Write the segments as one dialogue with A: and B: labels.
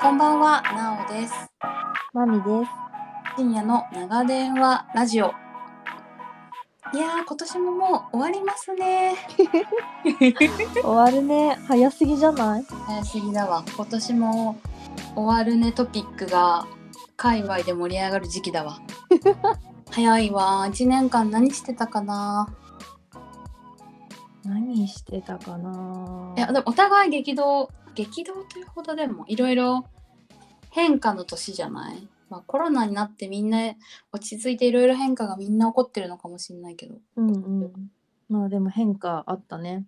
A: こんばんは、なおです。
B: まみです。
A: 深夜の長電話ラジオ。いやー、今年ももう終わりますね。
B: 終わるね。早すぎじゃない
A: 早すぎだわ。今年も終わるねトピックが界隈で盛り上がる時期だわ。早いわ。1年間何してたかな。
B: 何してたかない
A: や、でもお互い激動、激動というほどでもいろいろ変化の年じゃない、まあ、コロナになってみんな落ち着いていろいろ変化がみんな起こってるのかもしれないけど。
B: うんうん。まあでも変化あったね。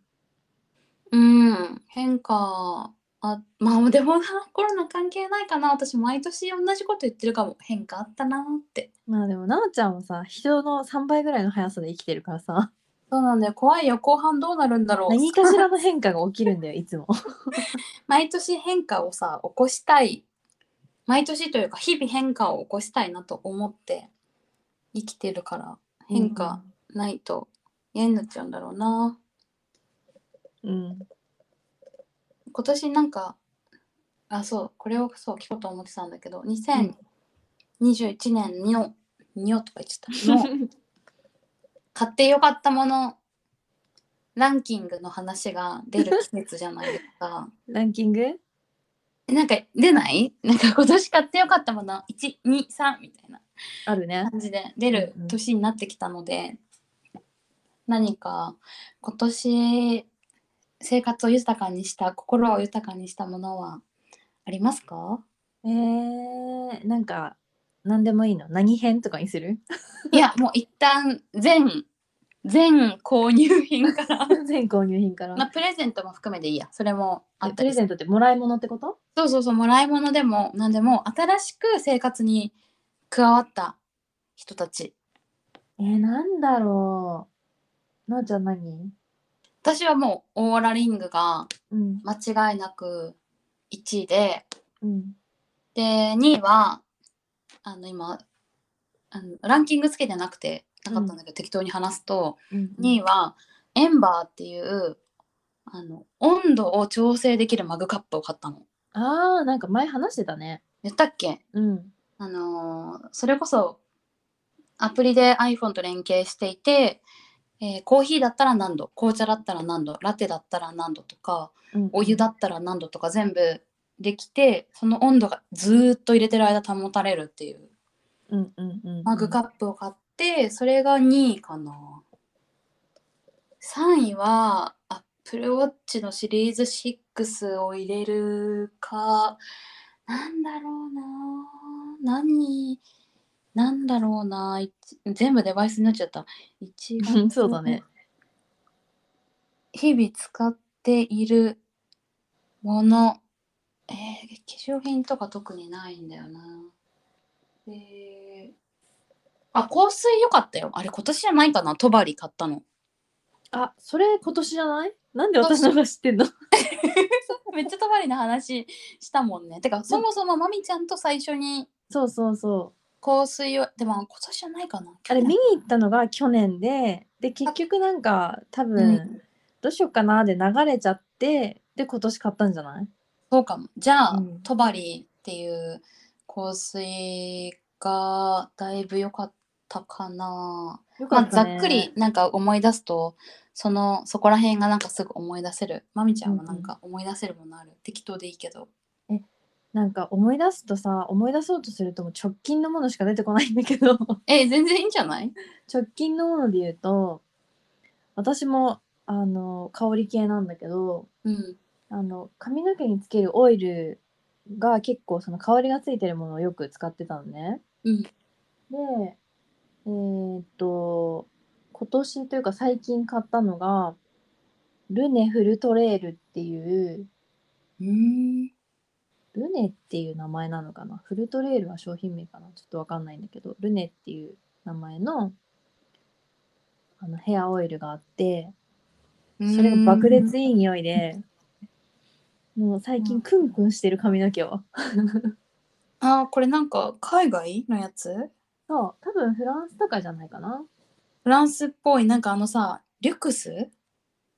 A: うん、変化。あまあでもなコロナ関係ないかな私毎年同じこと言ってるかも変化あったなって
B: まあでも、なおちゃんもさ、人の3倍ぐらいの速さで生きてるからさ、
A: そうなんだよ怖いよ後半どうなるんだろう
B: 何かしらの変化が起きるんだよ、いつ も。
A: 毎年変化をさ起こしたい毎年というか日々変化を起こしたいなと思って生きてるから変化ないと嫌になっちゃうんだろうな、
B: うん。
A: 今年なんかあそうこれをそう聞こうと思ってたんだけど2021年の「にょ」とか言っちゃったの買ってよかったものランキングの話が出る季節じゃないです か。
B: ランキング
A: えなんか出ないなんか今年買ってよかったもの123みたいな
B: あるね。
A: 感じで出る年になってきたので、何か今年生活を豊かにした心を豊かにしたものはあります か
B: えー、なんか、何でもいいの何編とかにする
A: いやもう一旦全全購入品から
B: 全購入品から。
A: まあプレゼントも含めていいやそれもあ
B: え
A: った
B: プ
A: り
B: レ
A: する
B: ゼントってもらい物ってこと
A: そうそうそうもらい物でも何でも新しく生活に加わった人たち
B: えー、なんだろう。なおちゃん何
A: 私はもうオーラリングが
B: うん。
A: 間違いなく1位で
B: うん。
A: で2位はあの今あのランキングつけてなくてなかったんだけど、適当に話すと、
B: うん
A: 2位はエンバーっていうあの温度を調整できるマグカップを買ったの。
B: ああ、なんか前話してたね。
A: 言ったっけ
B: うん。
A: あのーそれこそアプリで iPhone と連携していて、えーコーヒーだったら何度紅茶だったら何度ラテだったら何度とか
B: うん
A: お湯だったら何度とか全部できてその温度がずーっと入れてる間保たれるっていう
B: うんうんうん。
A: マグカ
B: ッ。
A: ップを買ってそれが2位かな3位はアップルウォッチのシリーズ6を入れるかなんだろうな何なんだろうな一全部デバイスになっちゃった一
B: そうだね。
A: 日々使っているもの、えー化粧品とか特にないんだよな。であ、香水良かったよ。あれ今年じゃないかな。トバリ買ったの。
B: あ、それ今年じゃないなんで私の方が知ってんの
A: めっちゃトバリの話したもんね。てか、そもそもまみちゃんと最初に
B: そうそうそう。
A: 香水を、でも今年じゃないかな。
B: あれ見に行ったのが去年で、で、結局なんか多分、
A: うん
B: どうしようかなで流れちゃって、で、今年買ったんじゃない
A: そうかも。じゃあ、
B: うん
A: トバリっていう香水がだいぶ良かったかな。
B: よか
A: ま
B: っ
A: あ、ざ
B: た、ね
A: っくり。なんか思い出すとそのそこら辺がなんかすぐ思い出せるまみちゃんはなんか思い出せるものある、適当でいいけど
B: なんか思い出すとさ、思い出そうとするともう直近のものしか出てこないんだけど、
A: え全然いいんじゃない
B: 直近のもので言うと、私も、あの、香り系なんだけど、
A: うん
B: あの髪の毛につけるオイルが結構その香りがついてるものをよく使ってたのね。
A: うん
B: でえーっと今年というか最近買ったのがルネフルトレールっていう
A: うん
B: ルネっていう名前なのかなフルトレールは商品名かなちょっとわかんないんだけどルネっていう名前のあのヘアオイルがあってそれが爆裂いい匂いで、もう最
A: うん
B: 近クンクンしてる髪の毛を。
A: あーこれなんか海外のやつ
B: そう多分フランスとかじゃないかな、
A: フランスっぽいなんかあのさリュクス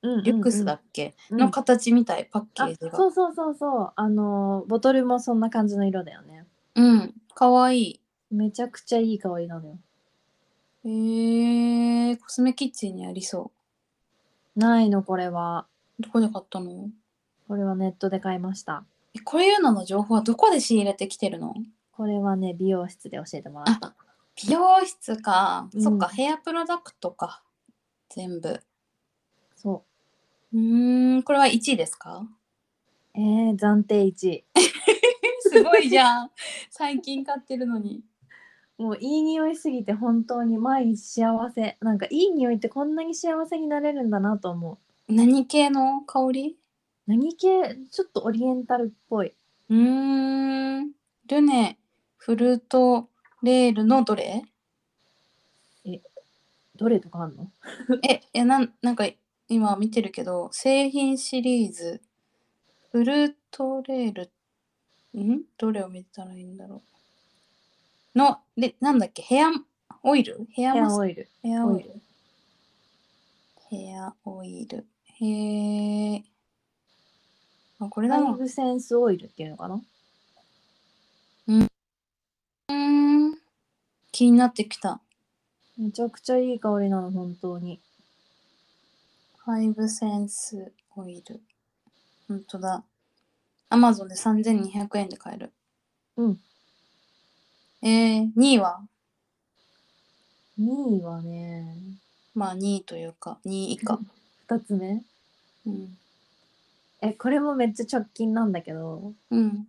B: うんうんうん
A: リュクスだっけ、
B: うん
A: の形みたいパッケ
B: あ
A: ージが
B: そうそうそうそうあのボトルもそんな感じの色だよね
A: うんかわいい
B: めちゃくちゃいい香りなのよ
A: えー、コスメキッチンにありそ
B: ないのこれは
A: うどこで買ったの
B: これはネットで買いました
A: えこういうのの情報はどこで仕入れてきてるの
B: これはね美容室で教えてもらった
A: 美容室か、
B: うん
A: そっかヘアプロダクトか全部
B: そう
A: ーんこれは1位ですか
B: うえー、暫定1位
A: すごいじゃ ん最近買ってるのに
B: もういい匂いすぎて本当に毎日幸せなんかいい匂いってこんなに幸せになれるんだなと思う
A: 何系の香り
B: 何系ちょっとオリエンタルっぽいう
A: ーんルネフルトレールのどれ
B: どれとかあんの
A: えいやなんなんか今見てるけど製品シリーズフルトレールんどれを見たらいいんだろうのでなんだっけヘアオイルヘア
B: ヘ
A: マ
B: ア
A: ス
B: オイル
A: ヘア
B: オ
A: オ
B: イ
A: イルヘアオイルへえあこれだ
B: ライ
A: な
B: ブセンスオイルっていうのかな
A: うーん気になってきた
B: めちゃくちゃいい香りなの本当に
A: ファイブセンスオイルほんとだアマゾンで3200円で買える
B: うん
A: えー、2位は
B: 2位はね
A: まあ2位というか2位以下、
B: 2つ目
A: うん
B: えこれもめっちゃ直近なんだけど
A: うん、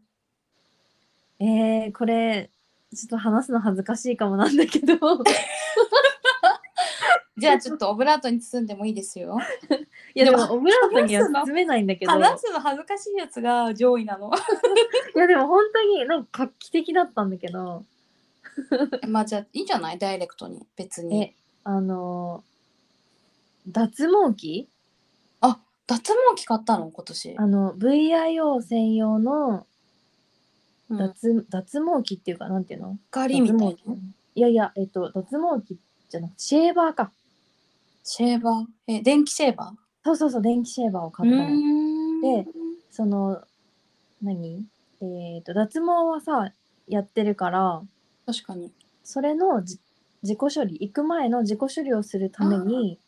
B: えー、これちょっと話すの恥ずかしいかもなんだ けど
A: じゃあちょっとオブラートに包んでもいいですよ
B: いや
A: で
B: で
A: も
B: もオブラートには包めないんだけど
A: 話すの恥ずかしいやつが上位な の
B: いやでも本当になんか画期的だったんだけど
A: まあじゃあいいんじゃないダイレクトに別に
B: えあのー脱毛器
A: 脱毛器買ったの今年
B: あの VIO 専用の
A: うん
B: 脱,、脱毛器っていうかなんていうの
A: ガリみ
B: 脱
A: た
B: 毛
A: い
B: 器
A: ない
B: やいやえっと脱毛器じゃなくてシェーバーか
A: シェーバーえ電気シェーバ
B: そうそうそう電気シェーバーを
A: ー
B: 買ったの。
A: ーん
B: でその何えっ、と脱毛はさやってるから
A: 確かに
B: それのじ自己処理行く前の自己処理をするために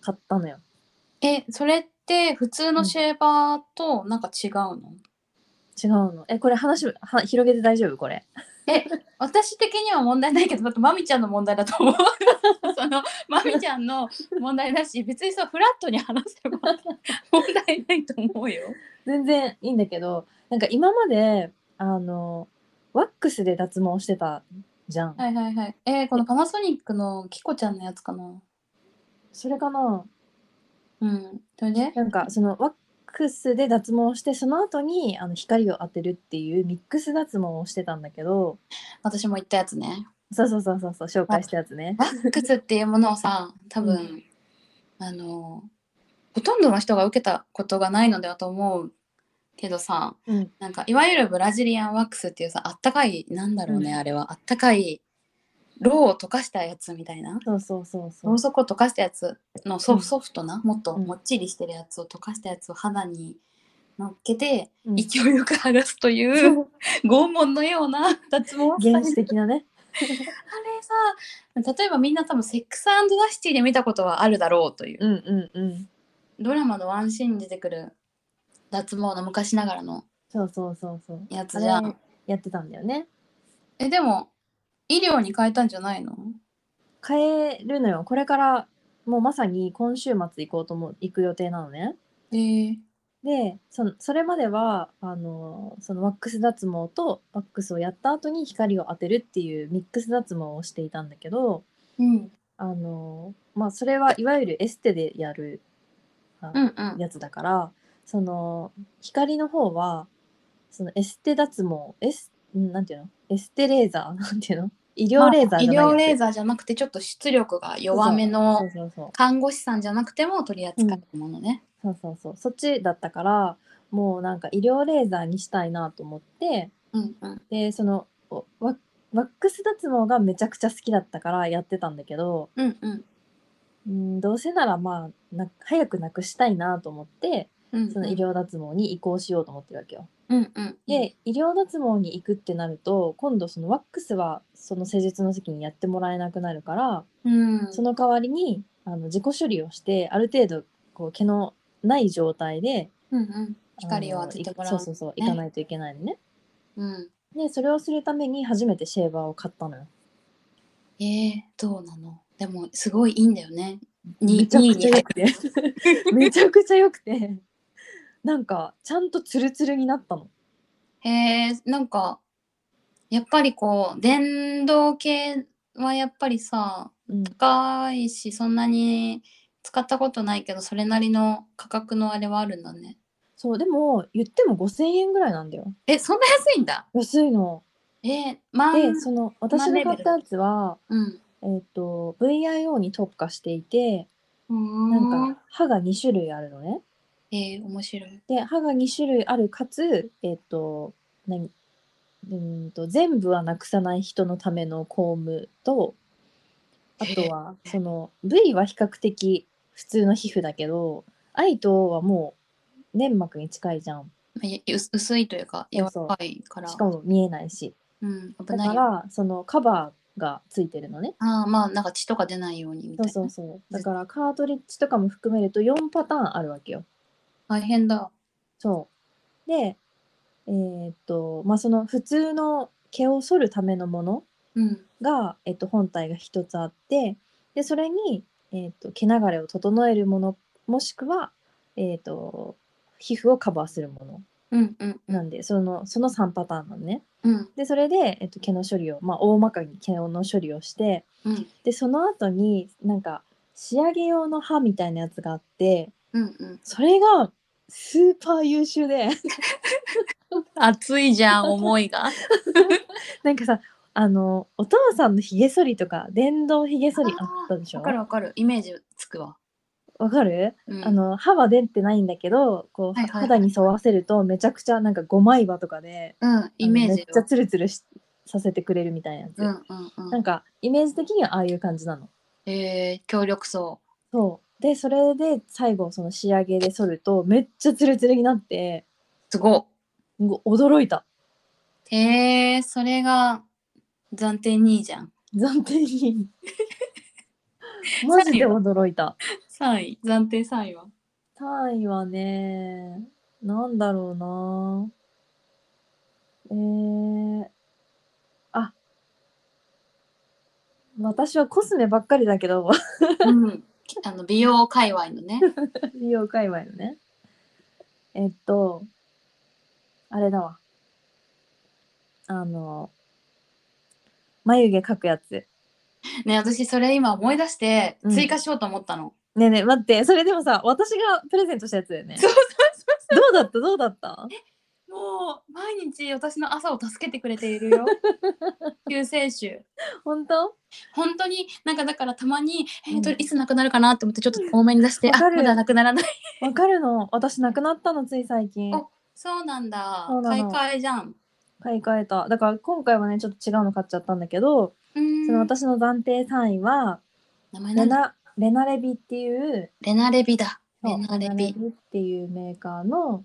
B: 買ったのよ。
A: えそれって普通のシェーバーとなんか違うの、
B: 違うの。えこれ話は広げて大丈夫これ。
A: 私的には問題ないけどだってマミちゃんの問題だと 思うそのマミちゃんの問題だし別にそうフラットに話せば問題ないと思うよ
B: 全然いいんだけどなんか今まであのワックスで脱毛してたじゃん。
A: はいはいはいえーこのパナソニックのキコちゃんのやつかな
B: それかな
A: うんそれで
B: なんかそのワックスで脱毛してその後にあの光を当てるっていうミックス脱毛をしてたんだけど
A: 私も言ったやつね
B: そうそうそうそうそう紹介したやつね。
A: ワックスっていうものをさ多分、
B: う
A: あのほとんどの人が受けたことがないのではと思うけどさ
B: うん、
A: なんかいわゆるブラジリアンワックスっていうさあったかいなんだろうね、
B: うん
A: あれはあったかいロウを溶かしたやつみたいな
B: そうそうそうそ
A: ろ
B: う
A: う。そくを溶かしたやつのソ
B: うん
A: フソフトな、もっと
B: うん
A: もっちりしてるやつを溶かしたやつを肌に乗っけて、
B: うん
A: 勢いよく剥がすという、
B: そう
A: 拷問のような脱毛をされ
B: 原
A: る
B: 始的なね。
A: あれさ例えばみんな多分セックスダシティで見たことはあるだろうという、
B: うんうんうん。
A: ドラマのワンシーンに出てくる脱毛の昔ながらの
B: そうそうそうそう。
A: やつじゃ
B: あれ
A: ん
B: やってたんだよね。
A: えでも医療に変えたんじゃないの
B: 変えるのよ。これからもうまさに今週末行こうとも行く予定なのね。
A: えー
B: で、そのそれまではあのそのワックス脱毛とワックスをやった後に光を当てるっていうミックス脱毛をしていたんだけど、
A: うん
B: あのまあそれはいわゆるエステでやるあ
A: うんうん。
B: やつだからその光の方はそのエステ脱毛エスんなんていうのエステレーザー なんていうの医療レーザー
A: 医
B: じゃない
A: 療レー
B: ザ
A: ザーじゃなくてちょっと出力が弱めの
B: そうそうそう
A: 看護師さんじゃなくても取り扱うものね。
B: そうそうそうそっちだったからもうなんか医療レーザーにしたいなと思って
A: うんうん。
B: でそのおワッワックス脱毛がめちゃくちゃ好きだったからやってたんだけど、
A: うんうん
B: うん、どうせならまあな早くなくしたいなと思って
A: うん
B: その医療脱毛に移行しようと思ってるわけよ。
A: うんうん
B: で、医療脱毛に行くってなると今度そのワックスはその施術の時にやってもらえなくなるから
A: うん、
B: その代わりにあの自己処理をしてある程度こう毛のない状態で
A: うんうん、
B: あの
A: 光を当ててもらう
B: そうそうそう行かないといけないのね。
A: うん
B: でそれをするために初めてシェーバーを買ったのよ。
A: えー、どうなのでもすごいいいんだよねに
B: めちゃくちゃ良くて めちゃくちゃ良くてなんかちゃんとツルツルになったの。
A: へえー、なんかやっぱりこう電動系はやっぱりさ
B: うん
A: 高いしそんなに使ったことないけどそれなりの価格のあれはあるんだね
B: そうでも言っても5,000円ぐらいなんだよ
A: えそんな安いんだ
B: 安いの。
A: えー、まあ
B: でその私
A: レベ
B: が
A: ル
B: 買ったやつは、
A: うん
B: えっと VIO に特化していてな
A: なん
B: か歯が2種類あるのね。
A: えー、面白い
B: で歯が2種類あるかつえっ、と何うーんと全部はなくさない人のためのコームとあとはその V は比較的普通の皮膚だけど I とはもう粘膜に近いじゃん
A: まあゆ薄薄いというか柔
B: そう
A: ら
B: そう
A: かいから
B: しかも見えないし
A: うん、危
B: だ
A: ない
B: か
A: よ
B: らそのカバーがついてるのね
A: ああまあなんか血とか出ないようにみた
B: そ
A: いうな
B: そうそうだからカートリッジとかも含めると4パターンあるわけよ
A: 大変だ
B: そうでえーっとまあその普通の毛を剃るためのもの
A: うん
B: が、えっと、本体が一つあってでそれに、えっと、毛流れを整えるものもしくは、えっと、皮膚をカバーするもの
A: うんうんう
B: なんんでそのその3パターンなのね。
A: うん
B: でそれで、えっと、毛の処理を、まあ、大まかに毛の処理をして
A: うん
B: でその後になんか仕上げ用の歯みたいなやつがあって
A: うんうん
B: それがスーパー優 秀で
A: 熱いじゃん思いが
B: なんかさあのお父さんのひげ剃りとか電動ひげ剃りあったでしょ
A: わかるわかるイメージつくわ、
B: わかる
A: うん、
B: あの歯は出てないんだけどこう、
A: はいはいはい
B: 肌に沿わせるとめちゃくちゃなんか5枚刃とかで
A: うんイメージ
B: あのめっちゃ
A: よ
B: ツルツルしさせてくれるみたいなやつ、
A: うんうんう
B: なん
A: ん
B: かイメージ的にはああいう感じなの。
A: えー、協力そ
B: そうでそれで最後その仕上げで剃るとめっちゃツルツルになって
A: うすご
B: もう驚いた
A: いへえー、それが暫定2位じゃん
B: 暫定にマジで驚いた
A: 3位暫定3位は
B: 単位はねなんだろうなえー、あ私はコスメばっかりだけど
A: うん あの美容界隈の ね
B: 美容界隈のねえっとあれだわあの眉毛描くやつ
A: ね私それ今思い出して
B: うん
A: 追加しようと思ったの、
B: ねえねえ待ってそれでもさ私がプレゼントしたやつだよね
A: そうそうそう
B: どうだったどうだった
A: もう毎日私の朝を助けてくれている よ救世主
B: 本当
A: 本当になんかだからたまに、えーと
B: うん
A: いつなくなるかなと思ってちょっと多めに出して、
B: わ
A: あ
B: かる
A: まだなくならない
B: わかるの私なくなったのつい最近
A: おそうなんだ
B: そうな
A: 買い
B: の
A: 替えじゃん
B: 買い替えただから今回はねちょっと違うの買っちゃったんだけど、
A: うーん
B: その私の暫定3位は
A: 名前な
B: レ
A: んだ
B: ナレナレビっていう
A: レナレビだ
B: そ
A: レ
B: う
A: ナレビ
B: っていうメーカーの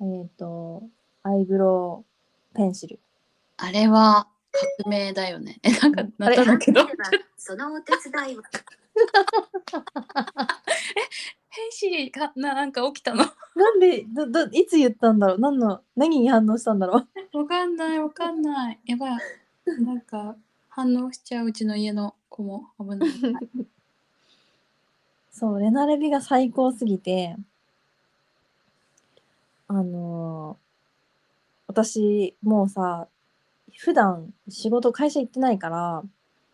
B: えっ、とアイブロウペンシル
A: あれは革命だよねえなんかなったんだけど
C: そのお手伝いを
A: 変身がななんか起きたの
B: なんでどどいつ言ったんだろう何の何に反応したんだろう
A: わかんないわかんないやばいなんか反応しちゃううちの家の子も危ない
B: そうレナレビが最高すぎてあのー私もうさ普段仕事会社行ってないから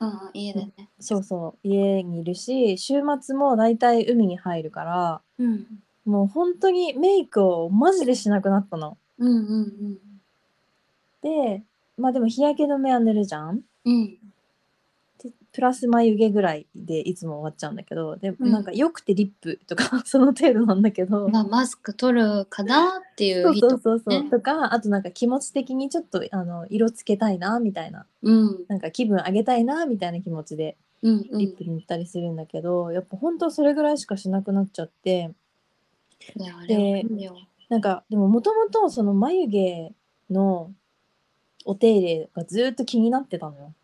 A: うんうん家でね
B: そうそう家にいるし週末も大体海に入るから
A: うん
B: もう本当にメイクをマジでしなくなったの。
A: うんうん
B: でまあでも日焼け止めは塗るじゃん。
A: うんうん
B: でプラス眉毛ぐらいでいつも終わっちゃうんだけどでも
A: うん
B: なんかよくてリップとか その程度なんだけど、
A: まあ、マスク取るかなってい
B: そうう
A: 人
B: そうそうそう
A: ね
B: とかあとなんか気持ち的にちょっとあの色つけたいなみたいな
A: うん
B: なんか気分上げたいなみたいな気持ちで
A: うんうん
B: リップに行ったりするんだけど、やっぱ本当それぐらいしかしなくなっちゃって
A: いやあれはいいよ
B: なんかでももともとその眉毛のお手入れがずっと気になってたのよ。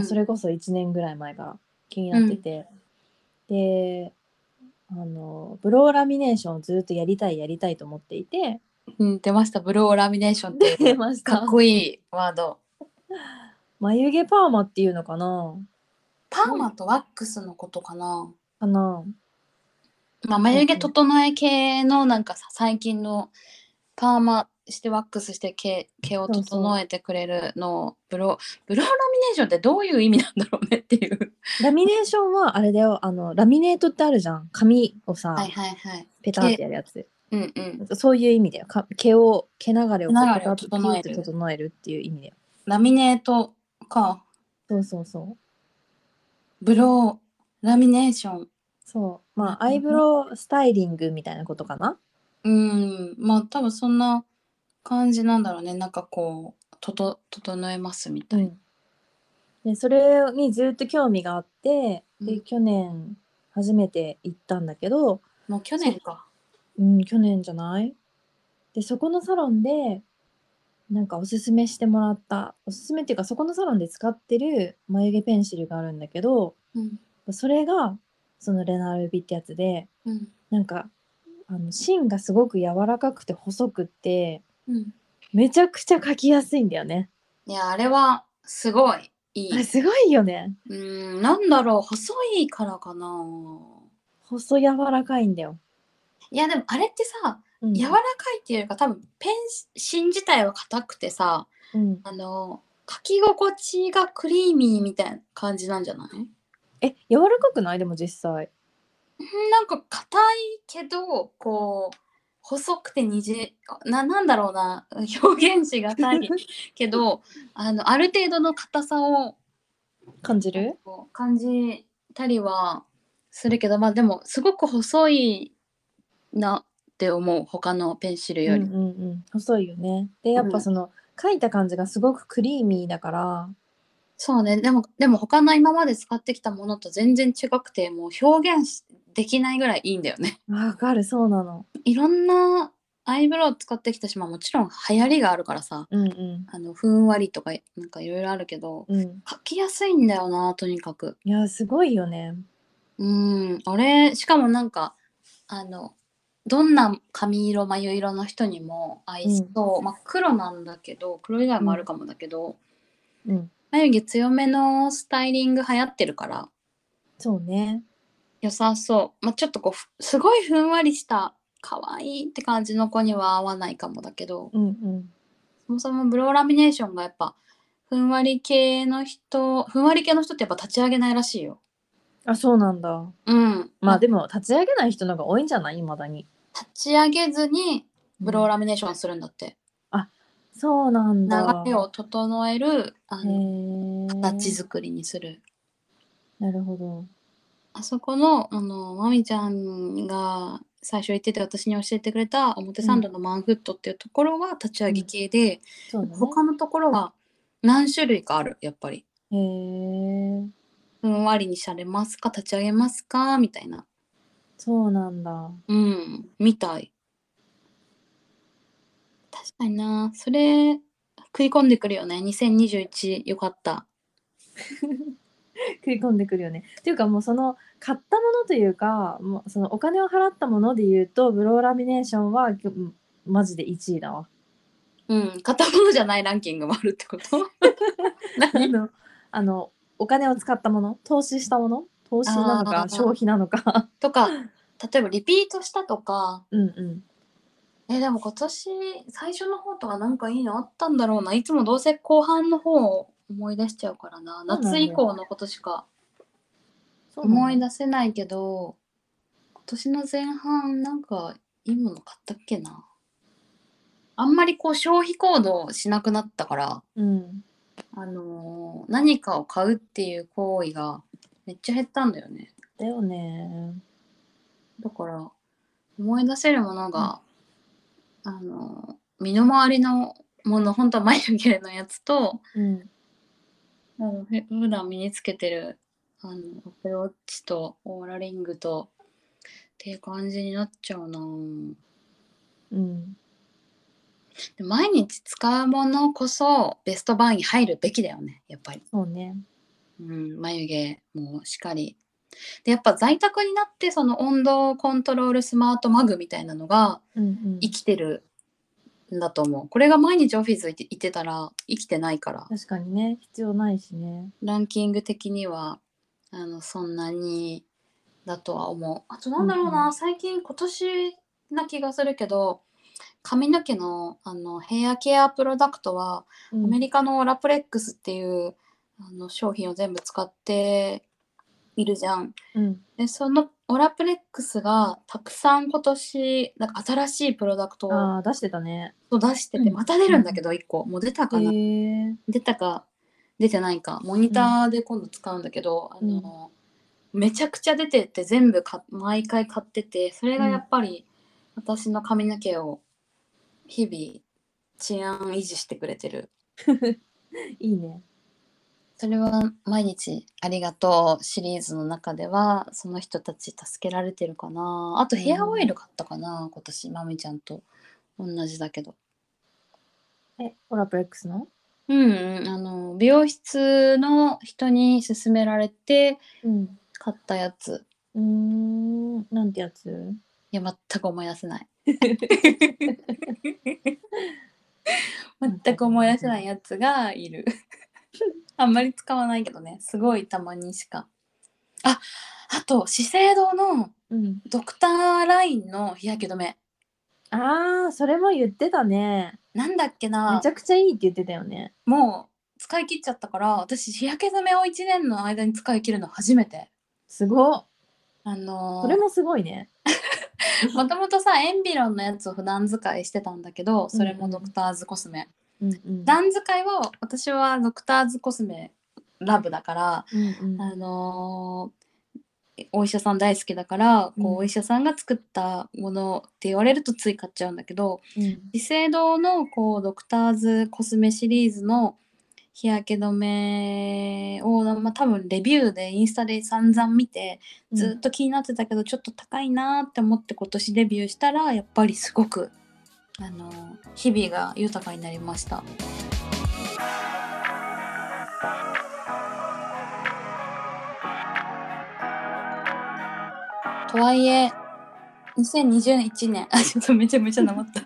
A: う
B: あ、
A: ん
B: それこそ1年ぐらい前から気になってて、であのブローラミネーションをずっとやりたいやりたいと思ってい て
A: うん、出ましたブローラミネーションっていう
B: まし
A: かっこいいワード
B: 眉毛パーマっていうのかな
A: パーマとワックスのことかな、
B: かな
A: まあ、眉毛整え系のなんかさ最近のパーマしてワックスして毛毛を整えてくれるのをブロブローラミネーションってどういう意味なんだろうねっていう
B: ラミネーションはあれだよあのラミネートってあるじゃん紙をさ、
A: はいはいはい
B: ペタってやるやつ
A: うんうん
B: そういう意味だよか毛を毛流れを
A: 毛流れを
B: ペタッとピュ
A: 整える
B: ッて整えるっていう意味だよ
A: ラミネートか
B: そうそうそう
A: ブローラミネーション
B: そうまあアイブロウスタイリングみたいなことかな
A: うんまあ多分そんな感じなんだろうねなんかこうとと整えますみたいな、
B: でそれにずっと興味があってで、
A: うん
B: 去年初めて行ったんだけど、
A: もう去年か
B: うん、去年じゃないでそこのサロンでなんかおすすめしてもらったおすすめっていうかそこのサロンで使ってる眉毛ペンシルがあるんだけど
A: うん
B: それがそのレナルビってやつで
A: うん
B: なんかあの芯がすごく柔らかくて細くって
A: うん
B: めちゃくちゃ描きやすいんだよね。
A: いやあれはすごいい
B: あれ
A: い
B: すごいよね。
A: うーんなんだろう細いからかな
B: 細柔らかいんだよ。
A: いやでもあれってさ
B: うん
A: 柔らかいっていうよりか多分ペン芯自体は硬くてさ
B: うん、
A: あの書き心地がクリーミーみたいな感じなんじゃない
B: え柔らかくないでも実際
A: うんなんか硬いけどこう細くてにじななんだろうな表現しがたいけ どあのある程度の硬さを
B: 感じる
A: こう感じたりはするけどまあでもすごく細いなって思う他のペンシル
B: うんう
A: よ
B: ん
A: り。
B: うん細いよねでやっぱその、書いた感じがすごくクリーミーだから
A: そうねでもでも他の今まで使ってきたものと全然違くてもう表現しできないぐらいいいんだよね。
B: わかるそうなの
A: いろんなアイブロウ使ってきたし、まあ、もちろん流行りがあるからさ
B: うんう
A: あのふんわりとかなんかいろいろあるけど
B: んうん
A: 書きやすいんだよなとにかく。
B: いやすごいよね
A: うん、俺しかもなんかあのどんな髪色眉色の人にも合いそう、まあ、黒なんだけど黒以外もあるかもだけど、
B: うん
A: 眉毛強めのスタイリング流行ってるから
B: そうね
A: 良さそう、まあ、ちょっとこうふすごいふんわりした可愛いって感じの子には合わないかもだけど
B: うんうん
A: そもそもブローラミネーションがやっぱふんわり系の人ふんわり系の人ってやっぱ立ち上げないらしいよ。
B: あそうなんだ
A: うん、
B: まあでも立ち上げない人の方が多いんじゃない未だに
A: 立ち上げずにブロー
B: ラ
A: ラミネーションするんだって。
B: そうなんだ
A: 流れを整えるあ
B: へ
A: の
B: ー
A: 形作りにする
B: なるほど
A: あそこのあのまみちゃんが最初言ってて私に教えてくれた表参道のマンフットっていうところは立ち上げ系で、
B: そうだね
A: 他のところは何種類かあるやっぱり
B: へえ
A: ふんわりにされますか立ち上げますかみたいな
B: そうなんだ
A: うんみたい確かになそれ食い込んでくるよね2021よかった
B: 食い込んでくるよね。っていうかもうその買ったものというかもうそのお金を払ったもので言うとブローラミネーションはうんマジで1位 だわ。
A: うん片方じゃないランキングもあるってこと
B: あのあのお金を使ったもの投資したもの投資なの
A: あ
B: か
A: ー
B: 消費なのか
A: とか例えばリピートしたとか
B: うんうん
A: えでも今年最初の方とかなんかいいのあったんだろうないつもどうせ後半の方を思い出しちゃうからな
B: なんだよ
A: 夏以降のことしか
B: そうなの
A: 思い出せないけど今年の前半なんかいいもの買ったっけなあんまりこう消費行動をしなくなったから
B: うん
A: あのー何かを買うっていう行為がめっちゃ減ったんだよね
B: だよね。
A: だから思い出せるものが、あの身の回りのもの本当は眉毛のやつと
B: うん。
A: あのふ普段身につけてるあのアップルウォッチとオーラリングとっていう感じになっちゃうな
B: うん。
A: で毎日使うものこそベストバイに入るべきだよねやっぱり、
B: そうね。
A: うん、眉毛もしっかりでやっぱ在宅になってその温度コントロールスマートマグみたいなのが
B: うんうん。
A: 生きてるんだと思うこれが毎日オフィス行って行ってたら生きてないから
B: 確かにね、必要ないしね。
A: ランキング的にはあのそんなにだとは思うあとなんだろうな、
B: うんうん
A: 最近今年な気がするけど髪の毛のあのヘアケアプロダクトはア
B: ア
A: メリカのオラプレックスっていうあの商品を全部使っているじゃん。
B: うん。
A: でそのオラプレックスがたくさん今年なんか新しいプロダクト
B: ああ、出してたね。
A: を出してて、
B: うん
A: また出るんだけど1個もう出た
B: へ
A: かな、
B: え。
A: 出たか出てないかモニターで今度使うんだけど、
B: うん
A: あのめちゃくちゃ出てって全部か毎回買っててそれがやっぱり私の髪の毛を日々治安維持してくれてる
B: いいね。
A: それは毎日「ありがとう」シリーズの中ではその人たち助けられてるかなあとヘアオイル買ったかな、今年まみちゃんと同じだけど
B: え、オラプレックスの
A: うんうんあの美容室の人に勧められて
B: うん。
A: 買ったやつ
B: うーん。なんてやつ
A: いや全く思い出せ ない全く思い出せないやつがいるあんまり使わないけどねすごいたまにしかああと資生堂の
B: うん。
A: ドクターラインの日焼け止め
B: ああ、それも言ってたね。
A: なんだっけな
B: めちゃくちゃいいって言ってたよね。
A: もう使い切っちゃったから私日焼け止めを1年の間に使い切るの初めて
B: すごっ。
A: あの
B: それもすごいね。
A: もともとさエンビロンのやつを普段使いしてたんだけどそれもドクターズコスメ、
B: うんうん
A: 普段使いは私はドクターズコスメラブだから
B: うんうん
A: あのーお医者さん大好きだから、
B: うん
A: こうお医者さんが作ったものって言われるとつい買っちゃうんだけど、
B: うん
A: 資生堂のこうドクターズコスメシリーズの日焼け止めを、まあ、多分レビューでインスタで散々見てずっと気になってたけどちょっと高いなーって思って今年デビューしたらやっぱりすごくあの日々が豊かになりました。とはいえ2021年 あちょっとめちゃめちゃなまった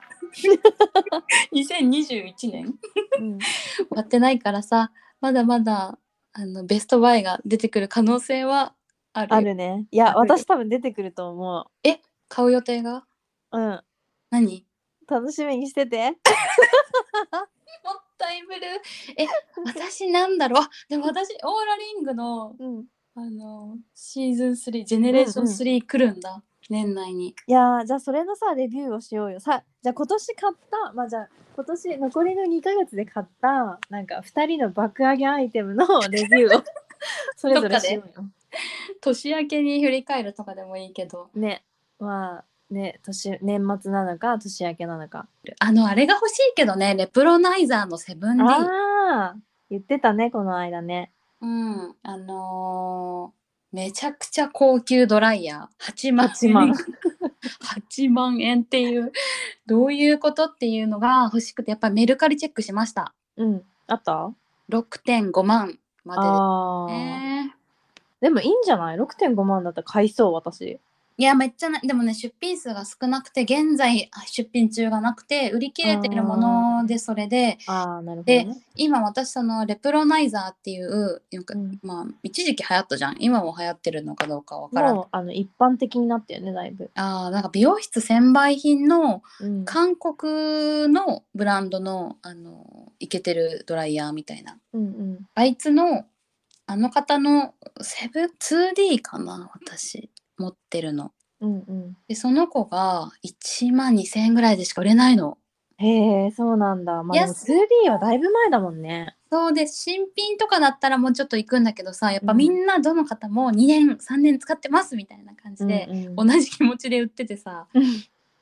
A: 2021年
B: うん
A: 終わってないからさまだまだあのベストバイが出てくる可能性はある
B: あるね。いや、私多分出てくると思
A: 買う予定が
B: う。うん。
A: 何
B: 楽しみにしてて。
A: もったいぶるえ私なんだろうあでも私オーラリングの
B: うん。
A: あのシーズン3ジェネレーション3来るんだ、年内に
B: いやーじゃあそれのさレビューをしようよさじゃあ今年買ったまあじゃあ今年残りの2ヶ月で買ったなんか2人の爆上げアイテムのレビュ ーをそれぞれしようよ。
A: 年明けに振り返るとかでもいいけど
B: ねまあね年年末なのか年明けなのか。
A: あのあれが欲しいけどねレプロナイザーの 7D
B: ああ言ってたねこの間ね。
A: うんあのーめちゃくちゃ高級ドライヤー8万
B: 8万
A: ,8 万円っていうどういうことっていうのが欲しくてやっぱりメルカリチェックしました
B: うんあった
A: 6.5万までです
B: あー、
A: ね。
B: でもいいんじゃない ?6.5 万だったら買いそう私。
A: いやめっちゃなでもね出品数が少なくて現在あ出品中がなくて売り切れてるものでそれで
B: ああなるほど
A: で
B: ね。
A: 今私そのレプロナイザーっていうなんか、
B: うん
A: まあ一時期流行ったじゃん今も流行ってるのかどうかわからん
B: もうあの一般的になったよねだいぶ。
A: あーなんか美容室専売品の
B: うん
A: 韓国のブランドのあのイケてるドライヤーみたいな
B: うんうん
A: あいつのあの方のセブ 2D かな私持ってるの
B: うんうん。
A: でその子が1万2,000円ぐらいでしか売れないの。
B: へえ、そうなんだ。まあ、
A: いや
B: でも 2D はだいぶ前だもんね。
A: そうで新品とかだったらもうちょっと行くんだけどさやっぱみんなどの方も2年3年使ってますみたいな感じで、
B: うんうん
A: 同じ気持ちで売っててさ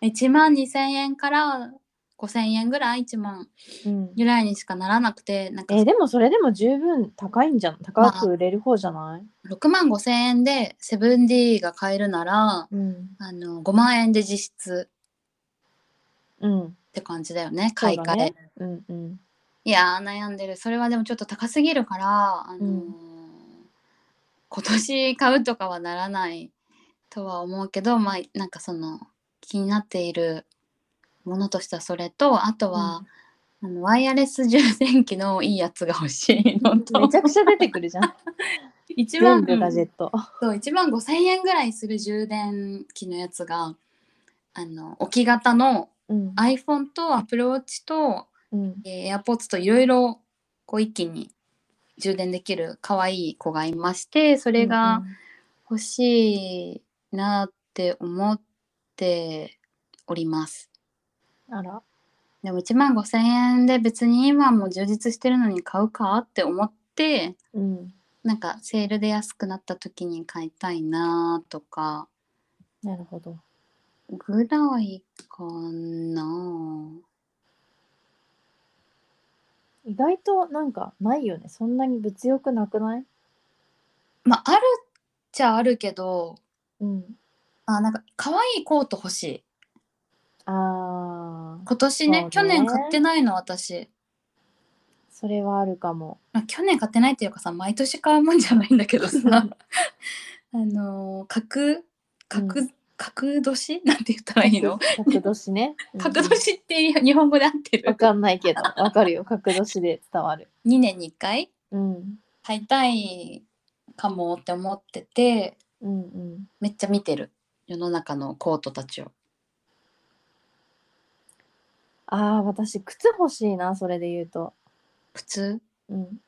A: 1万2,000円から5,000円ぐらい1万
B: うん
A: ぐらいにしかならなくてなんか
B: えーでもそれでも十分高いんじゃん高く売れる方じゃない、
A: 6万5,000円でセブン d が買えるなら
B: うん
A: あの5万円で実質
B: うん
A: って感じだよね
B: そ
A: 買
B: う
A: い
B: だ
A: 替え、
B: ねうんうん
A: いやー悩んでるそれはでもちょっと高すぎるから、あのー
B: うん
A: 今年買うとかはならないとは思うけどまあなんかその気になっているものとしてはそれとあとは、あのワイヤレス充電器のいいやつが欲しいの
B: め
A: と
B: ちゃくちゃ出てくるじゃ ん
A: 1
B: 全
A: 万
B: 部ガジェット
A: そう1万5,000円ぐらいする充電器のやつがあの置き型の
B: うん、
A: iPhone と AppleWatch と
B: うん、
A: えー AirPods といろいろこう一気に充電できる可愛い子がいましてそれが欲しいなって思っております。
B: うん、あら
A: でも1万5,000円で別に今も充実してるのに買うかって思って
B: うん
A: なんかセールで安くなった時に買いたいなとか
B: なるほど
A: ぐらいかな。
B: 意外となんかないよねそんなに物欲なくない
A: まああるっちゃあるけど
B: うん
A: あなんか可愛いコート欲しい。
B: あー
A: 今年ね
B: そ
A: 去
B: うね
A: 年買ってないの私
B: それはあるかも
A: まあ去年買ってないっていうかさ毎年買うもんじゃないんだけど さあのー格格、
B: う
A: 格年 なんて言ったらいいの
B: 角年 ね
A: 格年っていう日本語で合って
B: うんわ
A: る
B: かんないけどわかるよ角年で伝わる
A: 2年に1回
B: うん
A: 買いたいかもって思ってて
B: うんうん
A: めっちゃ見てる世の中のコートたちを
B: ああ私靴欲しいなそれで言うと
A: 普通
B: うん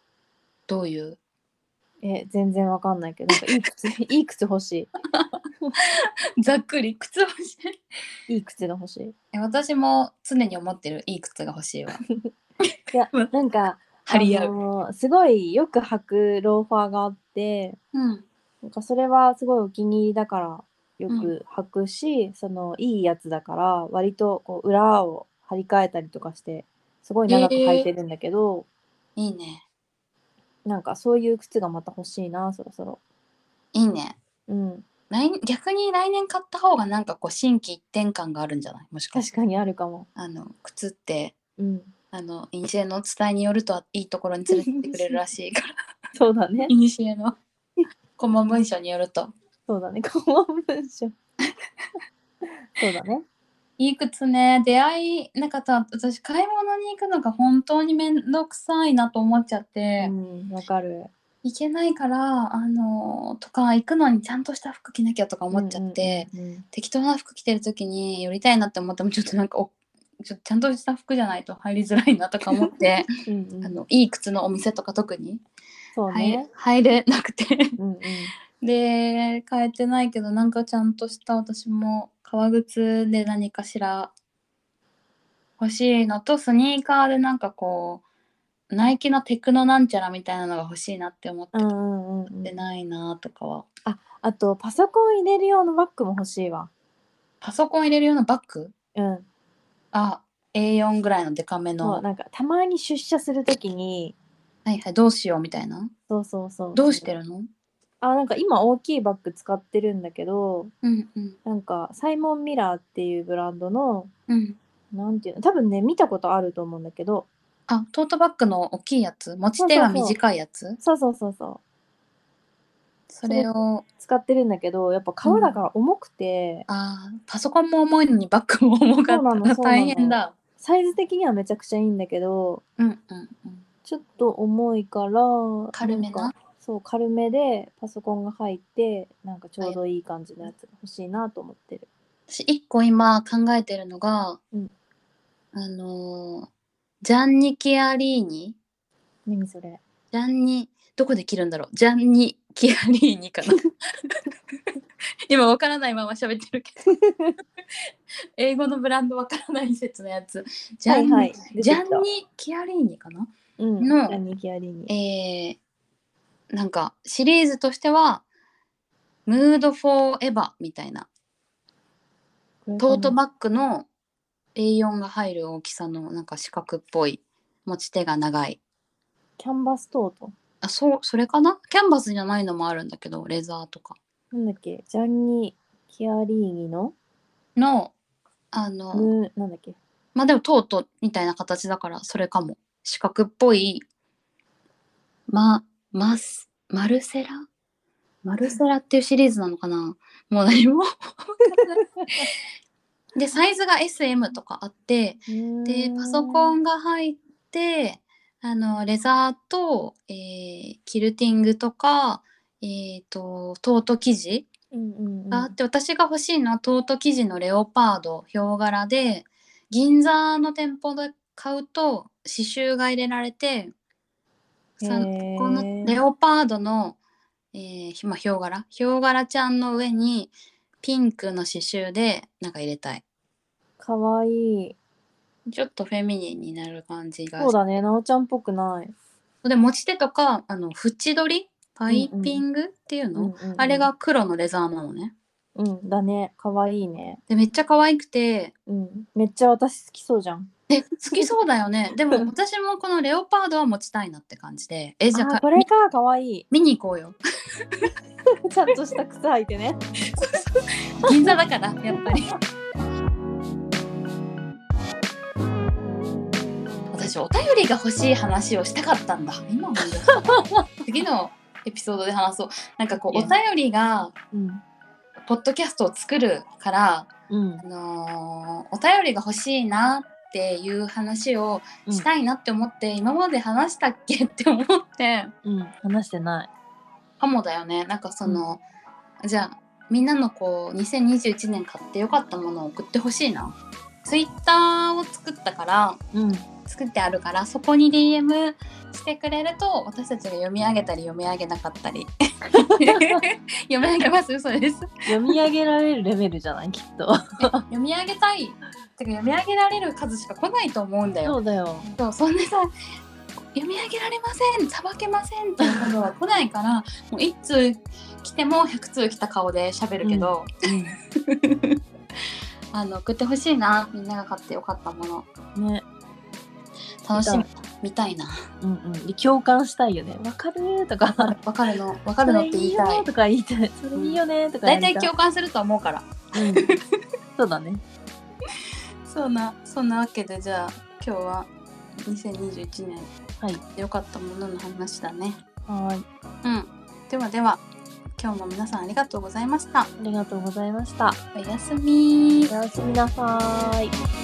A: どういう
B: え全然わかんないけどなんかいい靴いい靴欲し
A: ざっくり靴欲しい
B: いいい靴が欲しい
A: え私も常に思ってるいい靴が欲しいわ
B: いやなんか
A: 張り合う、
B: のーすごいよく履くローファーがあって
A: うん
B: なんかそれはすごいお気に入りだからよ
A: うん
B: く履くし、そのいいやつだから割とこう裏を張り替えたりとかしてすごい長く履いてるんだけど、
A: いいね
B: なんかそういう靴がまた欲しいなそろそろ
A: いいね
B: うん
A: 来年逆に来年買った方がなんかこう心機一転感があるんじゃないもしかし
B: 確
A: て
B: かにあるかも
A: あの靴って
B: うん
A: あのイニシエの伝えによるといいところに連れてってくれるらしいから
B: そうだね
A: イニシエ の顧問文書によると
B: そうだね公文文書そうだね
A: いい靴ね出会いなんかさ私買い物に行くのが本当に面倒くさいなと思っちゃって、
B: うんわかる
A: 行けないからあのとか行くのにちゃんとした服着なきゃとか思っちゃって、
B: うんうんうんうん
A: 適当な服着てる時に寄りたいなって思ってもちょっとなんかおちょっとちゃんとした服じゃないと入りづらいなとか思って
B: うんうん
A: あのいい靴のお店とか特に
B: そう
A: 入れ,、
B: ね、
A: 入れなくて
B: うんうん
A: で買えてないけどなんかちゃんとした私も革靴で何かしら欲しいのとスニーカーでなんかこうナイキのテクノなんちゃらみたいなのが欲しいなって思って
B: うんうんうんう
A: て
B: ん
A: ないなとかは
B: あとパソコン入れる用のバッグも欲しいわ
A: パソコン入れるようなバッグ
B: うん
A: あ A4 ぐらいのデカめ
B: そう
A: の
B: なんかたまに出社するときに
A: はいはい、どうしようみたいな。
B: そうそうそう
A: どうしてるの
B: あなんか今大きいバッグ使ってるんだけど
A: うんうん
B: なんかサイモンミラーっていうブランドの
A: うん。
B: なんていうの多分ね見たことあると思うんだけど
A: あ、トートバッグの大きいやつ持ち手が短いやつそ
B: そうそうそうそ
A: れを
B: う、使ってるんだけどやっぱ買うだから重くて、
A: あーパソコンも重いのにバッグも重かっ
B: そうな
A: た
B: の
A: ら
B: そうなの
A: 大変だ。
B: サイズ的にはめちゃくちゃいいんだけど
A: うんうんうん。
B: ちょっと重いから
A: 軽めなん
B: かそう軽めでパソコンが入ってなんかちょうどいい感じのやつが欲しいなと思ってる、
A: 私、一個今考えてるのが、
B: うん
A: あのージャンニ・キアリーニ
B: 何それ
A: ジャンニ、どこで切るんだろうジャンニ・キアリーニかな。 今わからないまま喋ってるけど。 英語のブランドわからない説のやつ。ジャンニ、
B: はいはい出てき
A: ジ
B: た
A: ャンニ・キアリーニかな
B: うん、
A: の
B: ラニキアリーニ。
A: えーなんかシリーズとしては「ムード・フォー・エバ」みたいな
B: これかな
A: トートバッグの A4 が入る大きさのなんか四角っぽい持ち手が長い
B: キャンバストート。
A: あそうそれかなキャンバスじゃないのもあるんだけどレザーとか
B: なんだっけジャンニキアリーニの
A: のあの、
B: ムー、なんだっけ
A: まあでもトートみたいな形だからそれかも四角っぽいまマスマルセラマルセラっていうシリーズなのかなもう何もわかんないでサイズが SM とかあってでパソコ
B: ン。
A: ンが入ってあのレザーと、えーキルティングとか、えー、とトート生地
B: うんうんうん、
A: があって、私が欲しいのはトート生地のレオパードヒョウ柄で銀座の店舗で買うと刺繍が入れられてさ
B: へー
A: このレオパードの、えーひまあ、ヒョウ柄ヒョウ柄ちゃんの上にピンクの刺繍でなんか入れたい
B: かわいい。
A: ちょっとフェミニンになる感じが
B: そうだね、なおちゃんっぽくない。
A: で持ち手とかあの縁取りパイピングっていうの、
B: うんうんうん
A: あれが。黒のレザーなのね
B: うん、だね、かわいいね。
A: でめっちゃ可愛くて
B: うん、めっちゃ私好きそうじゃん。
A: え好きそうだよ ねでも私もこのレオパードは持ちたいなって感じでえじゃあ
B: あ、
A: か
B: これか、かわいい。
A: 見に行こう よ
B: ちゃんとした靴履いてね。
A: 銀座だからやっぱり私お便りが欲しい話をしたかったんだ今思い出した 次のエピソードで話そうなんかこうお便りが
B: うん。
A: ポッドキャストを作るから
B: うん
A: あ。のーお便りが欲しいなっていう話をしたいなって思って、今まで話したっけって思って
B: うん、話してない。
A: かもだよねなんかその、じゃあみんなのこう2021年買ってよかったものを送ってほしいなツイッターを作ったから
B: うん。
A: 作ってあるからそこに DM してくれると私たちが読み上げたり読み上げなかったり読み上げます嘘です
B: 読み上げられるレベルじゃない、きっと。
A: 読み上げたいてか読み上げられる数しか来ないと思うんだよ
B: そうだよ。
A: そうそんでさ読み上げられませんさばけませんっていうことは来ないからもう1通来ても100通来た顔で喋るけど、あの送ってほしいなみんなが買ってよかったもの
B: うん。ね。
A: 楽しみ見たいな
B: うんうん。で共感したいよね。わかるーとか。
A: わかるのわかるのって言い
B: それ
A: た
B: よ
A: い
B: ーとか言いたい。それいいよねーとか
A: 大
B: 言いた
A: 体
B: い。
A: 共感すると思うから
B: うんそうだね。
A: そうなそんなわけでじゃあ今日は2021年
B: はい
A: 良かったものの話だね、
B: はーい。
A: うんではでは今日も皆さんありがとうございました
B: ありがとうございました。
A: おやすみ
B: おやすみなさーい。